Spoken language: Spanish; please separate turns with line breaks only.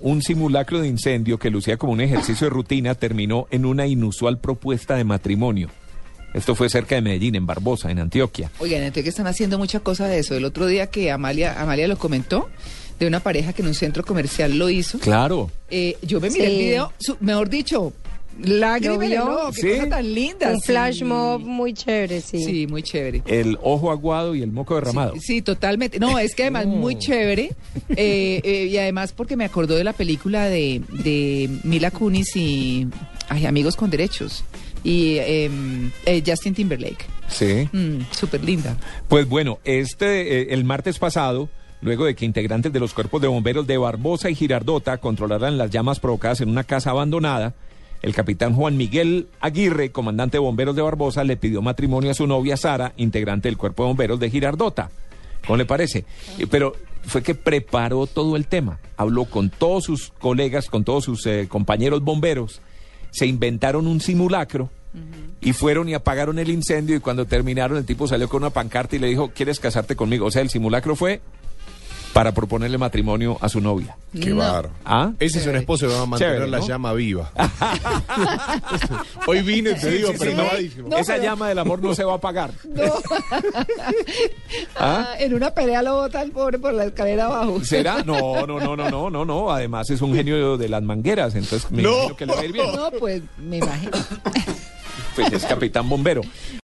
Un simulacro de incendio que lucía como un ejercicio de rutina terminó en una inusual propuesta de matrimonio. Esto fue cerca de Medellín, en Barbosa, en Antioquia.
Oigan, entonces que están haciendo mucha cosa de eso. El otro día que Amalia, Amalia lo comentó, de una pareja que en un centro comercial lo hizo.
Claro.
Eh, yo me miré
Sí.
el video, su- mejor dicho,
¿Lo
lágrimas,
vio?
no, qué
Sí.
cosa tan linda.
Un
sí.
flash mob muy chévere, sí.
Sí, muy chévere.
El ojo aguado y el moco derramado.
Sí, sí, totalmente. No, es que además muy chévere. eh, eh, y además porque me acordó de la película de, de Mila Kunis y ay, Amigos con Derechos. Y em, eh, Justin Timberlake.
Sí.
Mm, Súper linda.
Pues bueno, este eh, el martes pasado, luego de que integrantes de los cuerpos de bomberos de Barbosa y Girardota controlaran las llamas provocadas en una casa abandonada, el capitán Juan Miguel Aguirre, comandante de bomberos de Barbosa, le pidió matrimonio a su novia Sara, integrante del cuerpo de bomberos de Girardota. ¿Cómo le parece? Eh, Pero fue que preparó todo el tema, habló con todos sus colegas, con todos sus eh, compañeros bomberos, se inventaron un simulacro y fueron y apagaron el incendio y cuando terminaron el tipo salió con una pancarta y le dijo, ¿quieres casarte conmigo? O sea, el simulacro fue para proponerle matrimonio a su novia.
Qué bárbaro.
¿Ah?
Ese es un esposo que va a mantener
Chévere,
la
¿no?
llama viva. Hoy vine, te digo,
Sí, sí,
pero
sí.
no malísimo.
No,
Esa
pero-
llama del amor no se va a apagar.
Ah, en una pelea lo bota el pobre por la escalera abajo.
¿Será? No, no, no, no, no, no, no. Además es un genio de las mangueras, entonces me
No.
imagino que le va a ir bien.
No, pues me imagino.
Pues es capitán bombero.